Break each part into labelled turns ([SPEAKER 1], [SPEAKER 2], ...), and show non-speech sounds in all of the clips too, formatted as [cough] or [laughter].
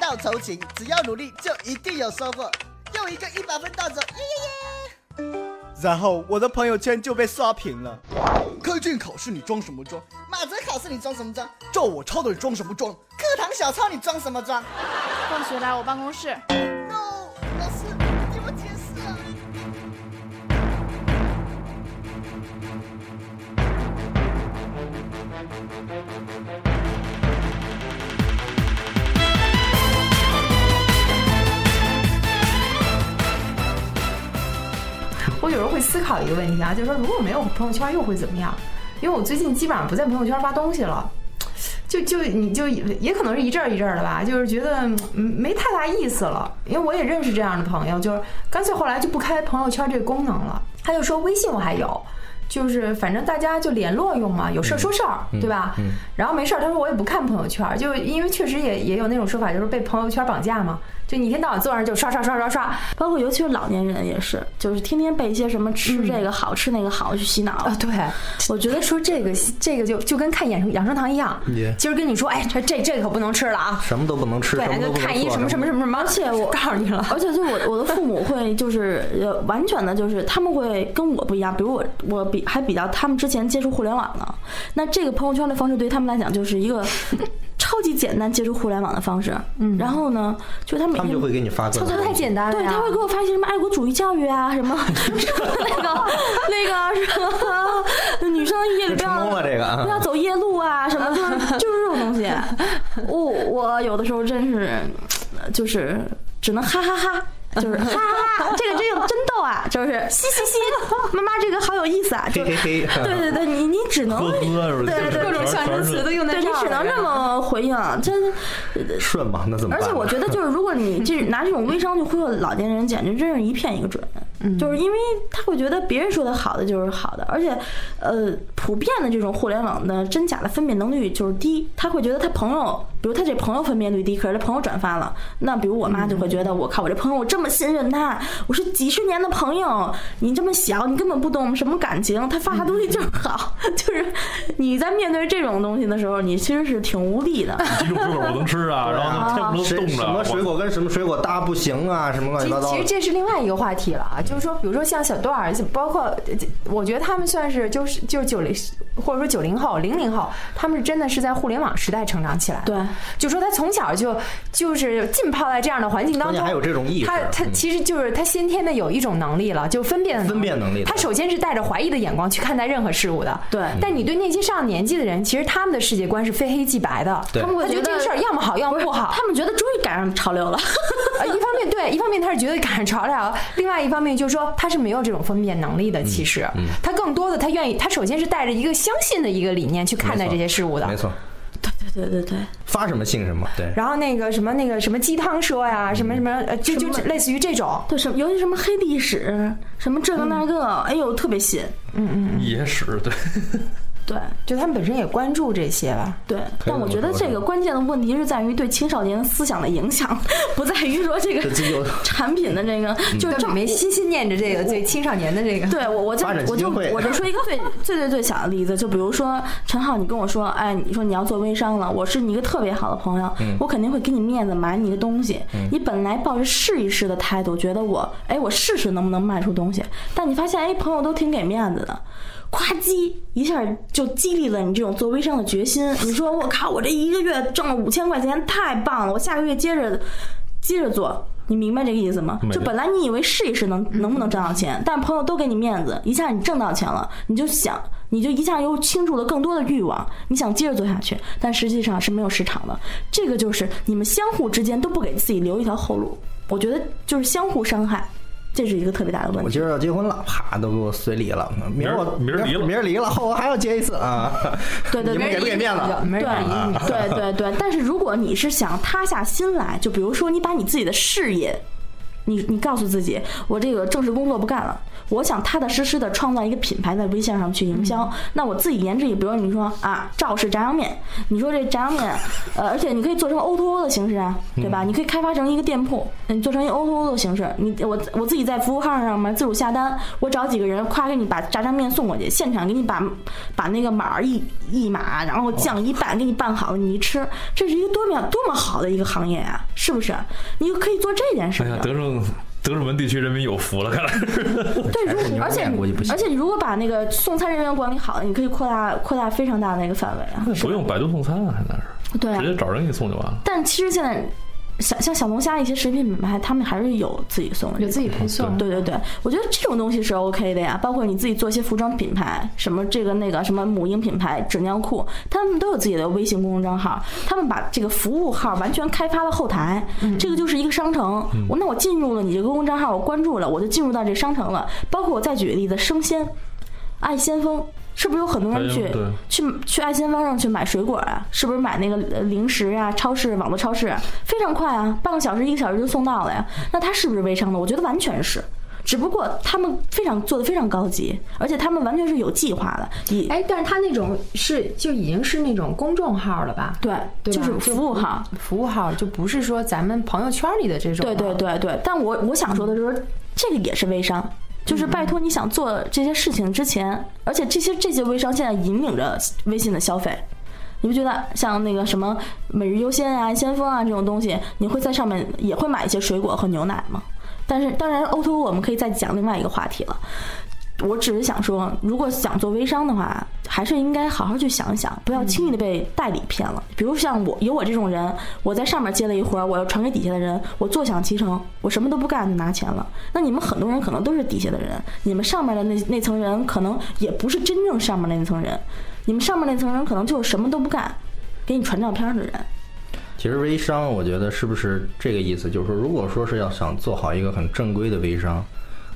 [SPEAKER 1] 要酬勤，只要努力就一定有收获。又一个一百分到手，耶耶耶！
[SPEAKER 2] 然后我的朋友圈就被刷屏了。
[SPEAKER 3] 开卷考试你装什么装？
[SPEAKER 1] 马哲考试你装什么装？
[SPEAKER 3] 照我抄的你装什么装？
[SPEAKER 1] 课堂小抄你装什么装？
[SPEAKER 4] 放学来我办公室。
[SPEAKER 1] No，老师，你们解释啊！
[SPEAKER 5] 我有时候会思考一个问题啊，就是说如果没有朋友圈又会怎么样？因为我最近基本上不在朋友圈发东西了，就就你就也可能是一阵儿一阵儿的吧，就是觉得嗯没太大意思了。因为我也认识这样的朋友，就是干脆后来就不开朋友圈这个功能了。他就说微信我还有。就是反正大家就联络用嘛，有事儿说事儿，对吧？然后没事儿，他说我也不看朋友圈，就是因为确实也也有那种说法，就是被朋友圈绑架嘛，就你一天到晚坐那就刷刷刷刷刷，
[SPEAKER 6] 包括尤其是老年人也是，就是天天被一些什么吃这个好、吃那个好去洗脑
[SPEAKER 5] 啊。对，我觉得说这个这个就就跟看养生养生堂一样，今儿跟你说，哎，这这这可不能吃了啊，
[SPEAKER 7] 什么都不能吃，
[SPEAKER 5] 对，
[SPEAKER 7] 什么
[SPEAKER 5] 就
[SPEAKER 7] 都不能
[SPEAKER 5] 看一
[SPEAKER 7] 做
[SPEAKER 5] 什么什么什么什么，
[SPEAKER 6] 而且我
[SPEAKER 5] 告诉你了，
[SPEAKER 6] 而且就我 [laughs] 我的父母会就是呃完全的就是他们会跟我不一样，比如我我比还比较他们之前接触互联网呢，那这个朋友圈的方式对于他们来讲就是一个超级简单接触互联网的方式。嗯，然后呢，就他每
[SPEAKER 7] 他们就
[SPEAKER 6] 天
[SPEAKER 7] 会给你发各
[SPEAKER 5] 操
[SPEAKER 7] 种
[SPEAKER 5] 作太简单了
[SPEAKER 6] 对，啊
[SPEAKER 5] 呀，
[SPEAKER 6] 他会给我发一些什么爱国主义教育啊，什么 [laughs] 什么那个那个 [laughs] 什么 [laughs] 女生夜里不
[SPEAKER 7] 这成功
[SPEAKER 6] 要
[SPEAKER 7] 了这个啊
[SPEAKER 6] 不要走夜路啊，什么就是就是这种东西。我我有的时候真是呃就是只能哈哈哈。就是哈哈哈，这个这个真逗啊！就是嘻嘻嘻，妈妈这个好有意思啊！就
[SPEAKER 7] 嘿嘿嘿，
[SPEAKER 6] 对对对，你你只能
[SPEAKER 8] 呵呵，
[SPEAKER 6] 对对
[SPEAKER 5] 各种象征词都用在
[SPEAKER 6] 对
[SPEAKER 5] 这
[SPEAKER 6] 你
[SPEAKER 5] 儿了，
[SPEAKER 6] 只能这么回应，啊真
[SPEAKER 7] 顺嘛，那怎么
[SPEAKER 6] 而
[SPEAKER 7] 办？啊
[SPEAKER 6] 且我觉得，就是如果你这拿这种微商去忽悠老年人，简直真是一骗一个准。就是因为他会觉得别人说的好的就是好的，而且，呃，普遍的这种互联网的真假的分辨能力就是低，他会觉得他朋友，比如他这朋友分辨率低，可是他朋友转发了，那比如我妈就会觉得，我靠，我这朋友我这么信任他，我是几十年的朋友，你这么小，你根本不懂我们什么感情，他发的东西就是好， [laughs] 就是你在面对这种东西的时候，你其实是挺无力的。
[SPEAKER 8] [laughs] 几种水果不能吃啊，然后那天不
[SPEAKER 7] 谁
[SPEAKER 8] 能冻
[SPEAKER 7] 什
[SPEAKER 8] 着。
[SPEAKER 7] 么水果跟什么水果搭不行啊，什么乱
[SPEAKER 5] 其
[SPEAKER 7] 七八
[SPEAKER 5] 实
[SPEAKER 7] 糟
[SPEAKER 5] 其
[SPEAKER 7] 的
[SPEAKER 5] 实。这是另外一个话题了啊，就是说，比如说像小段儿，包括呃我觉得他们算是就是就是九零或者说九零后、零零后，他们是真的是在互联网时代成长起来的。
[SPEAKER 6] 对，
[SPEAKER 5] 就说他从小就就是浸泡在这样的环境当
[SPEAKER 7] 关
[SPEAKER 5] 中，
[SPEAKER 7] 键还有这种意识
[SPEAKER 5] 他他
[SPEAKER 7] 嗯
[SPEAKER 5] 其实就是他先天的有一种能力了，就分辨的
[SPEAKER 7] 分辨能力嗯
[SPEAKER 5] 他
[SPEAKER 7] 对
[SPEAKER 5] 首先是带着怀疑的眼光去看待任何事物的。
[SPEAKER 6] 对
[SPEAKER 5] 但你对那些上了年纪的人，其实他们的世界观是非黑即白的，
[SPEAKER 7] 对
[SPEAKER 5] 他们会觉得这个事儿要么好，要么不好。
[SPEAKER 6] 他们觉得终于赶上潮流了。
[SPEAKER 5] 呃，一方面对，一方面他是觉得赶上潮流，另外一方面就是说他是没有这种分辨能力的。其实，
[SPEAKER 7] 嗯
[SPEAKER 5] 他更多的他愿意，他首先是带着一个相信的一个理念去看待这些事物的
[SPEAKER 7] 没。错，
[SPEAKER 6] 对对对对，
[SPEAKER 7] 发什么信什么，对。
[SPEAKER 5] 然后那个什么那个什么鸡汤说呀，
[SPEAKER 7] 嗯
[SPEAKER 5] 什么什么，呃，就就类似于这种。
[SPEAKER 6] 对什么，尤其什么黑历史，什么这个那个，
[SPEAKER 7] 嗯
[SPEAKER 6] 哎呦，特别信。
[SPEAKER 8] 野史，对，
[SPEAKER 6] 对
[SPEAKER 5] 就他们本身也关注这些吧，
[SPEAKER 6] 对，
[SPEAKER 7] 可以
[SPEAKER 6] 但我
[SPEAKER 7] 这么
[SPEAKER 6] 觉得
[SPEAKER 7] 说
[SPEAKER 6] 这
[SPEAKER 7] 是
[SPEAKER 6] 个关键的问题是在于对青少年思想的影响， [laughs] 不在于说这
[SPEAKER 7] 这嗯
[SPEAKER 6] 个
[SPEAKER 7] 自己有
[SPEAKER 6] 产品的这个就是
[SPEAKER 5] 就
[SPEAKER 6] 这
[SPEAKER 5] 没心心念着这个对青少年的这个。
[SPEAKER 6] 对我，我就
[SPEAKER 7] 发展基
[SPEAKER 6] 我就
[SPEAKER 7] 金会
[SPEAKER 6] 我就说一个 [laughs] 最最最最小的例子，就比如说陈浩，你跟我说，哎，你说你要做微商了，我是你一个特别好的朋友，我肯定会给你面子买你的东西。你本来抱着试一试的态度，觉得我，哎，我试试能不能卖出东西，但你发现，哎，朋友都挺给面子的。夸叽一下就激励了你这种做微商的决心。你说我靠，我这一个月挣了五千块钱，太棒了！我下个月接着接着做。你明白这个意思吗？
[SPEAKER 8] 白
[SPEAKER 6] 就本来你以为试一试能能不能挣到钱，但朋友都给你面子，一下你挣到钱了，你就想，你就一下又倾注了更多的欲望，你想接着做下去，但实际上是没有市场的。这个就是你们相互之间都不给自己留一条后路，我觉得就是相互伤害，这是一个特别大的问
[SPEAKER 7] 我
[SPEAKER 6] 题。
[SPEAKER 7] 今儿要结婚了，啪都给我随礼了。明儿我
[SPEAKER 8] 明儿离了
[SPEAKER 7] 明儿离了，后还要结一次啊。
[SPEAKER 6] 对
[SPEAKER 7] [laughs]
[SPEAKER 6] 对
[SPEAKER 7] 你
[SPEAKER 6] 对
[SPEAKER 7] 们给不给面子？
[SPEAKER 5] 没人理你。
[SPEAKER 6] 对对对，但是如果你是想塌下心来，就比如说你把你自己的事业，你你告诉自己，我这个正式工作不干了，我想踏踏实实的创造一个品牌在微信上去营销。
[SPEAKER 8] 嗯
[SPEAKER 6] 那我自己研制一个，比如你说啊，赵氏炸酱面，你说这炸酱面，呃，而且你可以做成 O to O 的形式啊，对
[SPEAKER 8] 嗯
[SPEAKER 6] 吧？你可以开发成一个店铺，你做成一个 O to O 的形式，你我我自己在服务号上面自主下单，我找几个人，夸给你把炸酱面送过去，现场给你把把那个码儿一一码，然后酱一拌，给你拌好了，你一吃，这是一个多么多么好的一个行业啊，是不是？你可以做这件事
[SPEAKER 8] 哎呀，
[SPEAKER 6] 情。啊
[SPEAKER 8] 德胜德胜文地区人民有福了，看来 [laughs]
[SPEAKER 7] [laughs]
[SPEAKER 6] 对，
[SPEAKER 7] 还
[SPEAKER 6] 如
[SPEAKER 7] 是牛
[SPEAKER 6] 而且
[SPEAKER 7] 面
[SPEAKER 6] 你
[SPEAKER 7] 估计不行
[SPEAKER 6] 而且你如果把那个送餐人员管理好了，你可以扩大扩大非常大的一个范围啊。
[SPEAKER 8] 不用百度送餐啊，现在是
[SPEAKER 6] 对啊
[SPEAKER 8] 直，接找人给你送就完了。
[SPEAKER 6] 但其实现在像像小龙虾一些食品品牌，他们还是有自己送的这
[SPEAKER 5] 有
[SPEAKER 6] 个。
[SPEAKER 5] 自己配送。
[SPEAKER 6] 对对对，我觉得这种东西是 OK 的呀，包括你自己做一些服装品牌，什么这个那个什么母婴品牌纸尿裤，他们都有自己的微信公众账号，他们把这个服务号完全开发了后台，
[SPEAKER 5] 嗯
[SPEAKER 6] 这个就是一个商城。我那我进入了你这个公众账号，我关注了，我就进入到这商城了。包括我再举个例子，生鲜，爱先锋。是不是有很多人
[SPEAKER 8] 哎
[SPEAKER 6] 去
[SPEAKER 8] 对
[SPEAKER 6] 去去爱先锋上去买水果啊？是不是买那个呃零食啊？超市网络超市啊非常快啊，半个小时一个小时就送到了呀。那它是不是微商的？我觉得完全是，只不过他们非常做的非常高级，而且他们完全是有计划的。以
[SPEAKER 5] 哎，但是他那种是就已经是那种公众号了吧？
[SPEAKER 6] 对，
[SPEAKER 5] 对吧
[SPEAKER 6] 就是服务号。
[SPEAKER 5] 服务号就不是说咱们朋友圈里的这种。
[SPEAKER 6] 对对。对对，但我我想说的就是，这个也是微商。就是拜托你想做这些事情之前，而且这些这些微商现在引领着微信的消费，你不觉得像那个什么每日优先啊、先锋啊这种东西，你会在上面也会买一些水果和牛奶吗？但是当然，O to O 我们可以再讲另外一个话题了。我只是想说，如果想做微商的话，还是应该好好去想一想，不要轻易的被代理骗了。比如像我，有我这种人，我在上面接了一活儿，我要传给底下的人，我坐享其成，我什么都不干就拿钱了。那你们很多人可能都是底下的人，你们上面的那那层人可能也不是真正上面那层人，你们上面那层人可能就是什么都不干，给你传照片的人。
[SPEAKER 7] 其实微商，我觉得是不是这个意思？就是说，如果说是要想做好一个很正规的微商，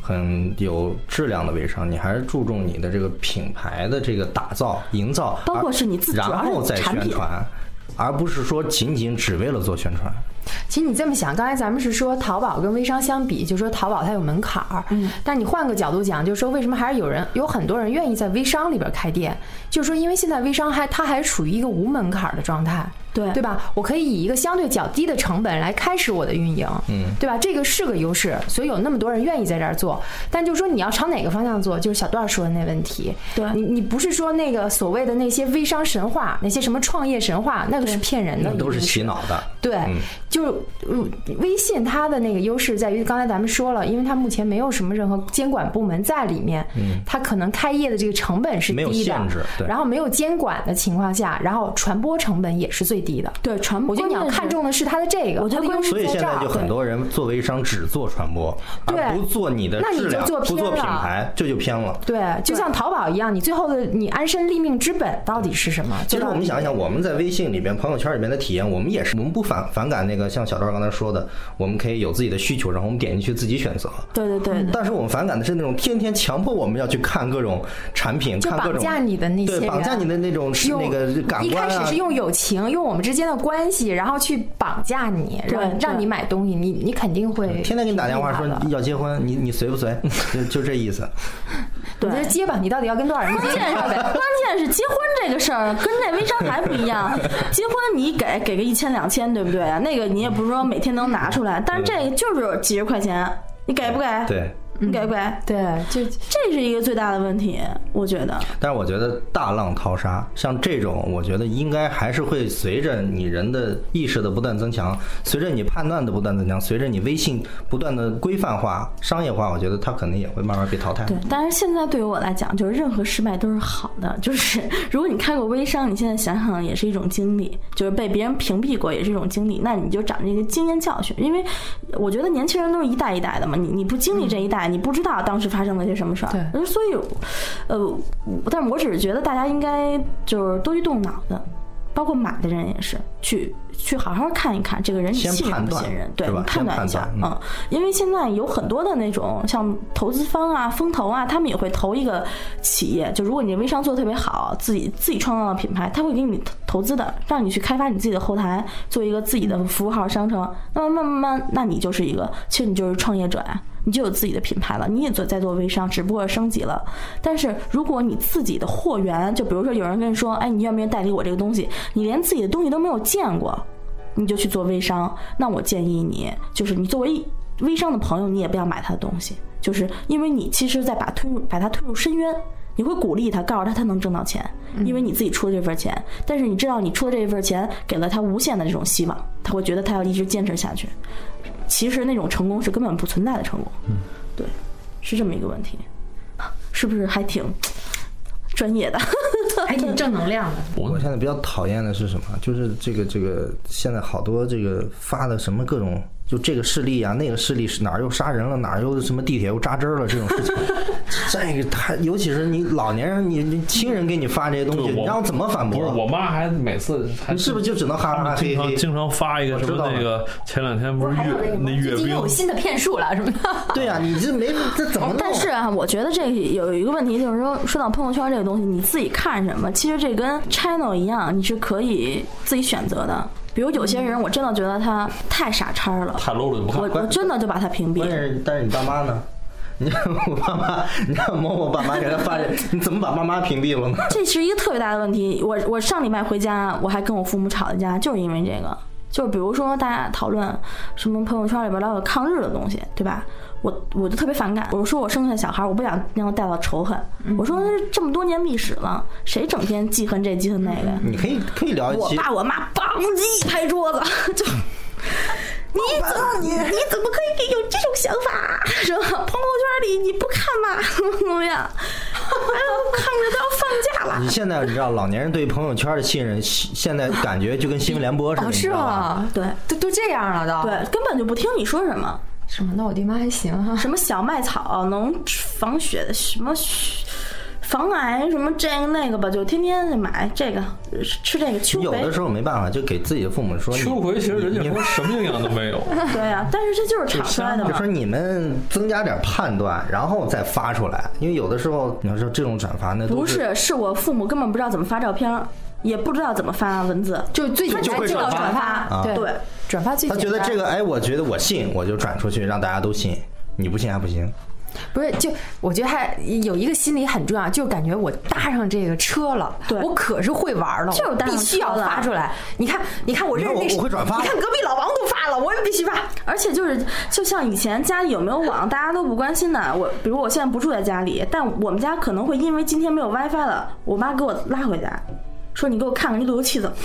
[SPEAKER 7] 很有质量的微商，你还是注重你的这个品牌的这个打造、营造，
[SPEAKER 6] 包括
[SPEAKER 7] 而
[SPEAKER 6] 是你自己主
[SPEAKER 7] 然
[SPEAKER 6] 要
[SPEAKER 7] 后
[SPEAKER 6] 是
[SPEAKER 7] 再
[SPEAKER 6] 产
[SPEAKER 7] 宣
[SPEAKER 6] 品
[SPEAKER 7] 传，而不是说仅仅只为了做宣传。
[SPEAKER 5] 其实你这么想，刚才咱们是说淘宝跟微商相比，就说淘宝它有门槛儿。嗯。但你换个角度讲，就是说为什么还是有人有很多人愿意在微商里边开店？就是说，因为现在微商还它还处于一个无门槛儿的状态。
[SPEAKER 6] 对
[SPEAKER 5] 对吧？我可以以一个相对较低的成本来开始我的运营，嗯，对吧？这个是个优势，所以有那么多人愿意在这儿做。但就是说你要朝哪个方向做，就是小段说的那问题，
[SPEAKER 6] 对
[SPEAKER 5] 你你不是说那个所谓的那些微商神话，那些什么创业神话，那个是骗人的，
[SPEAKER 7] 那都是
[SPEAKER 5] 已经
[SPEAKER 7] 洗脑的。
[SPEAKER 5] 对，就是嗯微信它的那个优势在于，刚才咱们说了，因为它目前没有什么任何监管部门在里面，它可能开业的这个成本是
[SPEAKER 7] 嗯没有
[SPEAKER 5] 低的，
[SPEAKER 7] 限制对
[SPEAKER 5] 然后没有监管的情况下，然后传播成本也是最低的。
[SPEAKER 6] 对，传
[SPEAKER 5] 我觉得你要
[SPEAKER 6] 关键是
[SPEAKER 5] 看重的是它的这个，
[SPEAKER 6] 我觉得
[SPEAKER 5] 它的优势
[SPEAKER 7] 所以
[SPEAKER 5] 在
[SPEAKER 7] 现
[SPEAKER 5] 这
[SPEAKER 7] 在
[SPEAKER 5] 儿。
[SPEAKER 7] 就很多人做微商只做传播，
[SPEAKER 5] 对
[SPEAKER 7] 而不做你的
[SPEAKER 5] 那你
[SPEAKER 7] 质
[SPEAKER 5] 就
[SPEAKER 7] 量，
[SPEAKER 5] 做
[SPEAKER 7] 不
[SPEAKER 5] 偏
[SPEAKER 7] 做品
[SPEAKER 5] 了
[SPEAKER 7] 牌，这就偏了。
[SPEAKER 5] 对，就像淘宝一样，你最后的你安身立命之本到底是什么？
[SPEAKER 7] 其
[SPEAKER 5] 就
[SPEAKER 7] 实我们想一想，我们在微信里边、朋友圈里面的体验，我们也是，我们不反反感那个像小赵刚才说的，我们可以有自己的需求，然后我们点进去自己选择。
[SPEAKER 6] 对对对，
[SPEAKER 7] 但是我们反感的是那种天天强迫我们要去看各种产品，
[SPEAKER 5] 就
[SPEAKER 7] 看各
[SPEAKER 5] 绑
[SPEAKER 7] 种
[SPEAKER 5] 架你的那些
[SPEAKER 7] 对
[SPEAKER 5] 人，
[SPEAKER 7] 绑架你的那种
[SPEAKER 5] 是用
[SPEAKER 7] 那个感
[SPEAKER 5] 一
[SPEAKER 7] 官
[SPEAKER 5] 开始
[SPEAKER 7] 啊
[SPEAKER 5] 是。用友情，用我们之间的关系，然后去绑架你，
[SPEAKER 6] 对
[SPEAKER 5] 让
[SPEAKER 6] 对
[SPEAKER 5] 让你买东西，你你肯定会
[SPEAKER 7] 嗯天天给你打电话说
[SPEAKER 5] 听话的
[SPEAKER 7] 要结婚，你你随不随？ [laughs] 就就这意思。
[SPEAKER 6] 对
[SPEAKER 5] 你就接吧，你到底要跟多少人
[SPEAKER 6] 关
[SPEAKER 5] 结 [laughs]
[SPEAKER 6] 键是
[SPEAKER 5] 呗？
[SPEAKER 6] 关键是结婚这个事儿跟那微商还不一样，结婚你给给个一千两千，对不对？那个你也不是说每天能拿出来，但是这个就是几十块钱，你给不给？
[SPEAKER 7] 对，
[SPEAKER 6] 你给不给？
[SPEAKER 5] 对，就
[SPEAKER 6] [laughs] 这是一个最大的问题，我觉得。
[SPEAKER 7] 但是我觉得大浪淘沙，像这种，我觉得应该还是会随着你人的意识的不断增强，随着你判断的不断增强，随着你微信不断的规范化、商业化，我觉得它可能也会慢慢被淘汰。
[SPEAKER 6] 对，但是现在对于我来讲，就是任何失败都是好的。就是 [laughs] 如果你开过微商，你现在想想也是一种经历，就是被别人屏蔽过也是一种经历。那你就长这个经验教训，因为我觉得年轻人都是一代一代的嘛，你你不经历这一代，
[SPEAKER 7] 嗯
[SPEAKER 6] 你不知道当时发生了些什么事儿。
[SPEAKER 5] 对
[SPEAKER 6] 呃所以，呃，我但我只是觉得大家应该就是多去动脑子。包括买的人也是，去去好好看一看这个人你
[SPEAKER 7] 先
[SPEAKER 6] 信任
[SPEAKER 7] 判
[SPEAKER 6] 不
[SPEAKER 7] 断
[SPEAKER 6] 信任，对，
[SPEAKER 7] 是
[SPEAKER 6] 你
[SPEAKER 7] 吧
[SPEAKER 6] 判
[SPEAKER 7] 先
[SPEAKER 6] 断一
[SPEAKER 7] 判
[SPEAKER 6] 下，
[SPEAKER 7] 断嗯
[SPEAKER 6] 嗯，因为现在有很多的那种像投资方啊、风投啊，他们也会投一个企业。就如果你微商做得特别好，自己自己创造的品牌，他会给你投投资的，让你去开发你自己的后台，做一个自己的服务号商城。那么慢慢慢，那你就是一个，其实你就是创业者呀、你就有自己的品牌了，你也做在做微商，只不过升级了。但是如果你自己的货源，就比如说有人跟你说，哎，你愿不愿意代理我这个东西？你连自己的东西都没有见过，你就去做微商。那我建议你，就是你作为微商的朋友，你也不要买他的东西，就是因为你其实在把推入把他推入深渊。你会鼓励他，告诉他他能挣到钱，
[SPEAKER 8] 嗯
[SPEAKER 6] 因为你自己出了这份钱。但是你知道，你出的这份钱给了他无限的这种希望，他会觉得他要一直坚持下去。其实那种成功是根本不存在的成功，
[SPEAKER 8] 嗯
[SPEAKER 6] 对，是这么一个问题， [laughs] 是不是还挺专业的？
[SPEAKER 9] 还挺正能量的。
[SPEAKER 7] [laughs] 我现在比较讨厌的是什么？就是这个这个，现在好多这个发的什么各种，就这个事例啊，那个事例是哪儿又杀人了，哪儿又什么地铁又扎针儿了这种
[SPEAKER 8] [laughs]
[SPEAKER 7] 事情。再一个，他尤其是你老年人，你你亲人给你发这些东西，
[SPEAKER 8] 对我
[SPEAKER 7] 你让我怎么反驳？
[SPEAKER 8] 不是，我妈还每次
[SPEAKER 7] 啊
[SPEAKER 8] 还
[SPEAKER 7] 你是不是就只能哈哈
[SPEAKER 8] 经
[SPEAKER 7] 嘿
[SPEAKER 8] 常
[SPEAKER 7] 嘿？
[SPEAKER 8] 经常发一个
[SPEAKER 7] 我
[SPEAKER 8] 什
[SPEAKER 7] 知
[SPEAKER 8] 么
[SPEAKER 7] 道
[SPEAKER 8] 那个？前两天不是阅那 [laughs] 阅兵，
[SPEAKER 5] 的骗术了什么的。
[SPEAKER 7] 对呀、你这没这怎么弄？
[SPEAKER 6] 但是啊，我觉得这有一个问题，就是说，说到朋友圈这个东西，你自己看什么，其实这跟 channel 一样，你是可以自己选择的。比如有些人，我真的觉得他太傻叉了，
[SPEAKER 8] 太 low 了就不看
[SPEAKER 6] 我。我真的就把他屏蔽
[SPEAKER 7] 关
[SPEAKER 6] 了
[SPEAKER 7] 键。是，但是你爸妈呢？你让我爸妈，你让某某爸妈给他发这，你怎么把爸妈屏蔽了呢？
[SPEAKER 6] [laughs] 这是一个特别大的问题。我我上礼拜回家，我还跟我父母吵了架，就是因为这个。就是比如说大家讨论什么朋友圈里边老有抗日的东西，对吧？我我就特别反感。我说我生下小孩，我不想让他带到仇恨。我说这么多年历史了，谁整天记恨这记恨那个呀？
[SPEAKER 7] 你可以可以聊一
[SPEAKER 6] 我
[SPEAKER 7] 期，
[SPEAKER 6] 爸我妈梆叽一拍桌子， [laughs] 就你怎么你怎么可以有这种想法？啊是吧？朋友圈里你不看吗？ [laughs] 怎么样？哎呦，看着都要放假了。
[SPEAKER 7] 你现在你知道老年人对朋友圈的信任，现现在感觉就跟新闻联播似的，
[SPEAKER 5] 哦，
[SPEAKER 7] 你知
[SPEAKER 5] 是
[SPEAKER 7] 道吧？
[SPEAKER 5] 吗？
[SPEAKER 6] 啊对
[SPEAKER 9] 都都这样了都。，
[SPEAKER 6] 对，根本就不听你说什么，
[SPEAKER 5] 什么？那我爹妈还行哈、
[SPEAKER 6] 什么小麦草能防血的，什么血防癌，什么这个那个吧，就天天买这个吃这个秋
[SPEAKER 7] 有
[SPEAKER 6] 葵
[SPEAKER 7] 的。时候没办法，就给自己的父母说，你
[SPEAKER 8] 秋葵其实人家
[SPEAKER 7] 你
[SPEAKER 8] 说什么营养都没
[SPEAKER 6] [laughs]
[SPEAKER 8] 有，
[SPEAKER 6] 对呀、但是这就是炒出来的
[SPEAKER 7] 就
[SPEAKER 6] 嘛
[SPEAKER 7] 说。你们增加点判断，然后再发出来，因为有的时候你要说这种转发那
[SPEAKER 6] 不
[SPEAKER 7] 都是
[SPEAKER 6] 是，是我父母根本不知道怎么发照片儿，也不知道怎么发文字。
[SPEAKER 5] 就最简
[SPEAKER 6] 就
[SPEAKER 5] 单
[SPEAKER 6] 会
[SPEAKER 5] 知道
[SPEAKER 6] 转
[SPEAKER 5] 转
[SPEAKER 6] 发
[SPEAKER 5] 发，
[SPEAKER 6] 对
[SPEAKER 5] 对，转发最
[SPEAKER 7] 啊他
[SPEAKER 5] 简单。
[SPEAKER 7] 觉得这个哎，我觉得我信，我就转出去让大家都信，你不信还不行。
[SPEAKER 5] 不是，就我觉得还有一个心理很重要，就感觉我搭上这个车了，
[SPEAKER 6] 对
[SPEAKER 5] 我可是会玩了，
[SPEAKER 6] 就是搭上
[SPEAKER 5] 必须要
[SPEAKER 6] 车了
[SPEAKER 5] 发出来。你看，你看我
[SPEAKER 7] 你
[SPEAKER 5] 认
[SPEAKER 7] 看
[SPEAKER 5] 识那
[SPEAKER 7] 我
[SPEAKER 5] 谁
[SPEAKER 7] 我会转发
[SPEAKER 5] 你看隔壁老王都发了，我也必须发。
[SPEAKER 6] 而且就是，就像以前家里有没有网，大家都不关心的。我比如我现在不住在家里，但我们家可能会因为今天没有 WiFi 了，我妈给我拉回家，说你给我看看你路由器怎么。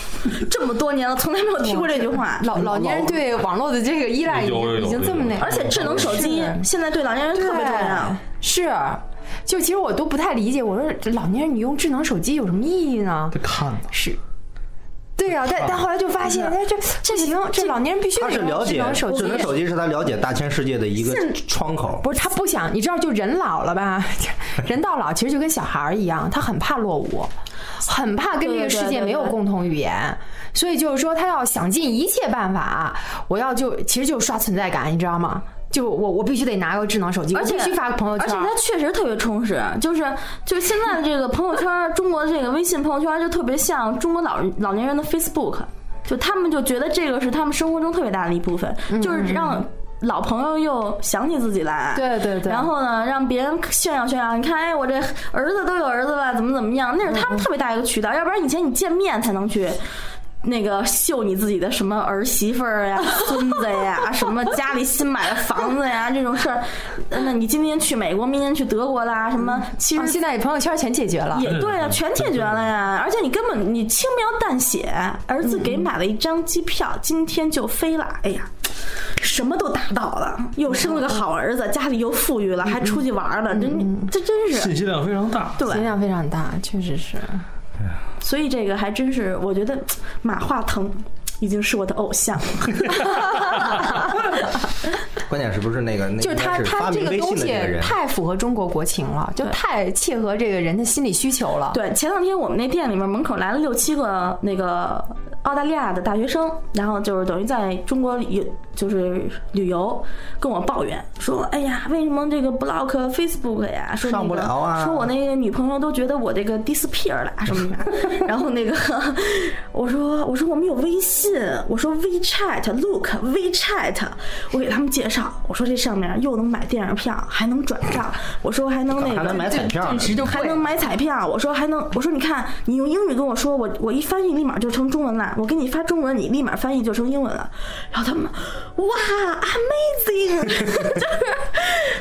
[SPEAKER 6] 这么多年了，从来没有听过这句话。
[SPEAKER 5] 老老年人对网络的这个依赖已
[SPEAKER 8] 有有有
[SPEAKER 5] 经已经这么那，
[SPEAKER 6] 而且智能手机
[SPEAKER 5] 是
[SPEAKER 6] 现在对老年人特别重要。
[SPEAKER 5] 是，就其实我都不太理解，我说这老年人你用智能手机有什么意义呢？
[SPEAKER 8] 得看呢。
[SPEAKER 5] 是。对呀、但但后来就发现，哎，这这行，这老年人必须
[SPEAKER 7] 他
[SPEAKER 5] 得
[SPEAKER 7] 是
[SPEAKER 5] 用
[SPEAKER 7] 了
[SPEAKER 5] 智
[SPEAKER 7] 解
[SPEAKER 5] 能手机。
[SPEAKER 7] 智能手机是他了解大千世界的一个窗口。
[SPEAKER 5] 不是他不想，你知道，就人老了吧， [laughs] 人到老其实就跟小孩儿一样，他很怕落伍，很怕跟这
[SPEAKER 6] 对对
[SPEAKER 5] 个
[SPEAKER 6] 对
[SPEAKER 5] 世界
[SPEAKER 6] 对
[SPEAKER 5] 没有
[SPEAKER 6] 对
[SPEAKER 5] 共同语言，所以就是说他要想尽一切办法，我要就其实就是刷存在感，你知道吗？就我我必须得拿个智能手机，
[SPEAKER 6] 而且
[SPEAKER 5] 我必须发个朋友圈啊
[SPEAKER 6] 而且，它确实特别充实，就是就是现在的这个朋友圈儿，中国的这个微信朋友圈儿就特别像中国老人老年人的 Facebook，就他们就觉得这个是他们生活中特别大的一部分，
[SPEAKER 5] 嗯
[SPEAKER 6] 就是让老朋友又想起自己来。
[SPEAKER 5] 对对对
[SPEAKER 6] 然后呢，让别人炫耀炫耀，你看，哎，我这儿子都有儿子了，怎么怎么样？那是
[SPEAKER 5] 嗯
[SPEAKER 6] 他们特别大一个渠道，要不然以前你见面才能去。那个秀你自己的什么儿媳妇儿呀、孙子呀、什么家里新买的房子呀这种事儿，呃那你今天去美国，明天去德国啦，什么其
[SPEAKER 5] 啊
[SPEAKER 6] 实
[SPEAKER 5] 现在朋友圈全解决了。
[SPEAKER 6] 也
[SPEAKER 8] 对
[SPEAKER 6] 对啊，
[SPEAKER 8] 对
[SPEAKER 6] 全解决了呀。而且你根本你轻描淡写，儿子给买了一张机票，今天就飞了。哎呀，什么都达到了，又生了个好儿子，家里又富裕了，还出去玩了，真这真是
[SPEAKER 8] 信息量非常大，
[SPEAKER 5] 信息
[SPEAKER 6] 对。
[SPEAKER 5] 量非常大，确实是。
[SPEAKER 6] 所以这个还真是，我觉得马化腾已经是我的偶像了。
[SPEAKER 7] 关键是不是那个那
[SPEAKER 5] 就是
[SPEAKER 7] 应该
[SPEAKER 5] 他，
[SPEAKER 7] 发
[SPEAKER 5] 他这
[SPEAKER 7] 明
[SPEAKER 5] 个
[SPEAKER 7] 微
[SPEAKER 5] 东
[SPEAKER 7] 信的
[SPEAKER 5] 西
[SPEAKER 7] 这个人？
[SPEAKER 5] 太符合中国国情了，就
[SPEAKER 6] 对
[SPEAKER 5] 太切合这个人的心理需求了。
[SPEAKER 6] 对，前两天我们那店里面门口来了六七个那个澳大利亚的大学生，然后就是等于在中国有就是旅游，跟我抱怨说，哎呀，为什么这个 block Facebook 呀，说、那个、
[SPEAKER 7] 上不了啊
[SPEAKER 6] 说我那个女朋友都觉得我这个 disappear 了啊什么的，然后那个我说我说我们有微信，我说 WeChat Look WeChat，我给他们介绍，我说这上面又能买电影票，还能转账，我说还能那个
[SPEAKER 7] 还能买彩票呢，
[SPEAKER 5] 就
[SPEAKER 6] 还能买彩票。我说还能，我说你看，你用英语跟我说，我我一翻译立马就成中文了。我给你发中文，你立马翻译就成英文了。然后他们，哇，amazing，就是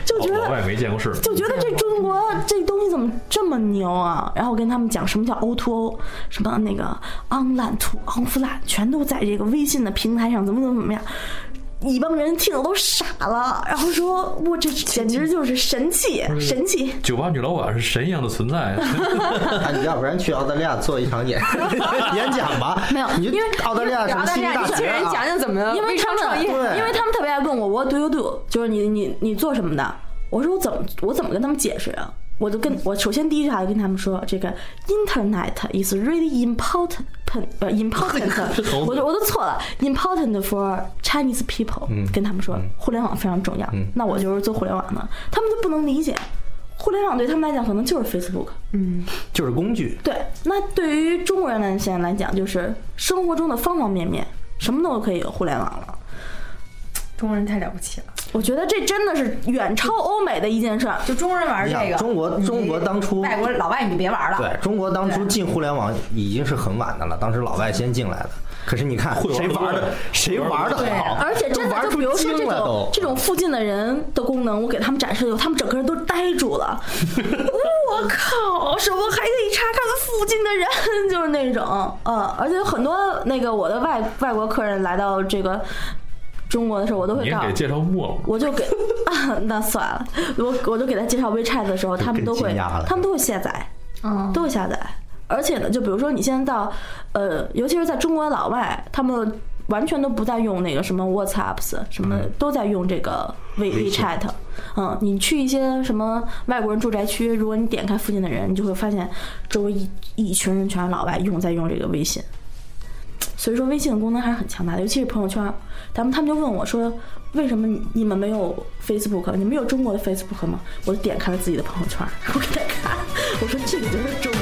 [SPEAKER 6] 就觉
[SPEAKER 8] 老
[SPEAKER 6] 得
[SPEAKER 8] 外没见过世面，
[SPEAKER 6] 就觉得这中国这东西怎么这么牛啊？然后我跟他们讲什么叫 O to O，什么那个 online to offline，全都在这个微信的平台上，怎么怎么怎么样。一帮人听得都傻了，然后说：“我这简直就是神器，神器！”
[SPEAKER 8] 酒吧女老板是神一样的
[SPEAKER 6] [laughs]
[SPEAKER 8] 存在，
[SPEAKER 7] 啊， [laughs] 你要不然去澳大利亚做一场演演讲吧？
[SPEAKER 10] 没有
[SPEAKER 7] 你
[SPEAKER 10] 因为
[SPEAKER 7] 澳大利亚什么
[SPEAKER 10] 大
[SPEAKER 7] 悉尼
[SPEAKER 10] 家
[SPEAKER 7] 大
[SPEAKER 10] 年轻
[SPEAKER 7] 学
[SPEAKER 10] 人讲
[SPEAKER 7] 啊？
[SPEAKER 10] 讲怎么
[SPEAKER 6] 因为
[SPEAKER 10] 微
[SPEAKER 6] 他
[SPEAKER 10] 商创
[SPEAKER 6] 们，
[SPEAKER 10] 业，
[SPEAKER 7] 对
[SPEAKER 6] 因为他们特别爱问我 What do you do？就是你你你做什么的？我说我怎么我怎么跟他们解释啊？我就跟我首先第一句话就跟他们说，这个 Internet is really important，呃 important，我都我都错了，important for Chinese people，、跟他们说互联网非常重要，那我就是做互联网的，他们就不能理解，互联网对他们来讲可能就是 Facebook，
[SPEAKER 7] 就是工具，
[SPEAKER 6] 对，那对于中国人来现在来讲，就是生活中的方方面面，什么都可以有互联网了。
[SPEAKER 5] 中国人太了不起了，
[SPEAKER 6] 我觉得这真的是远超欧美的一件事儿。
[SPEAKER 5] 就中国人玩
[SPEAKER 7] 你
[SPEAKER 5] 这
[SPEAKER 7] 想
[SPEAKER 5] 个。嗯
[SPEAKER 7] 中国中国当初
[SPEAKER 5] 外国老外你就别玩了，
[SPEAKER 7] 对中国当初进互联网已经是很晚的了，当时老外先进来的。可是你看
[SPEAKER 8] 会玩
[SPEAKER 7] 谁
[SPEAKER 8] 的
[SPEAKER 7] 玩的谁玩的好，
[SPEAKER 6] 而且真的，
[SPEAKER 7] 玩
[SPEAKER 6] 就
[SPEAKER 7] 出
[SPEAKER 6] 比如说
[SPEAKER 7] 精
[SPEAKER 6] 这
[SPEAKER 7] 了
[SPEAKER 6] 种
[SPEAKER 7] 都
[SPEAKER 6] 这种附近的人的功能，我给他们展示的时候，他们整个人都呆
[SPEAKER 7] [laughs]
[SPEAKER 6] 住了。我靠，什么还可以查看附近的人，就是那种，嗯，而且有很多那个我的外外国客人来到这个中国的时候，我都
[SPEAKER 8] 你
[SPEAKER 6] 会
[SPEAKER 8] 也
[SPEAKER 6] 告诉
[SPEAKER 8] 给介绍陌陌。
[SPEAKER 6] 我就给 [laughs] 啊，那算了，我我就给他介绍 WeChat 的时候，他们都
[SPEAKER 7] 更
[SPEAKER 6] 会
[SPEAKER 7] 惊讶了，
[SPEAKER 6] 他们都会下载，都会下载。而且呢，就比如说你现在到，呃，尤其是在中国老外，他们完全都不再用那个什么 WhatsApps，什么、都在用这个
[SPEAKER 7] 嗯
[SPEAKER 6] We
[SPEAKER 7] 微信
[SPEAKER 6] WeChat。嗯，你去一些什么外国人住宅区，如果你点开附近的人，你就会发现周围一一群人全是老外用在用这个微信。所以说微信的功能还是很强大的，尤其是朋友圈儿。他们他们就问我说，为什么你你们没有 Facebook？你们有中国的 Facebook 吗？我就点开了自己的朋友圈儿，我给他看，我说这个就是中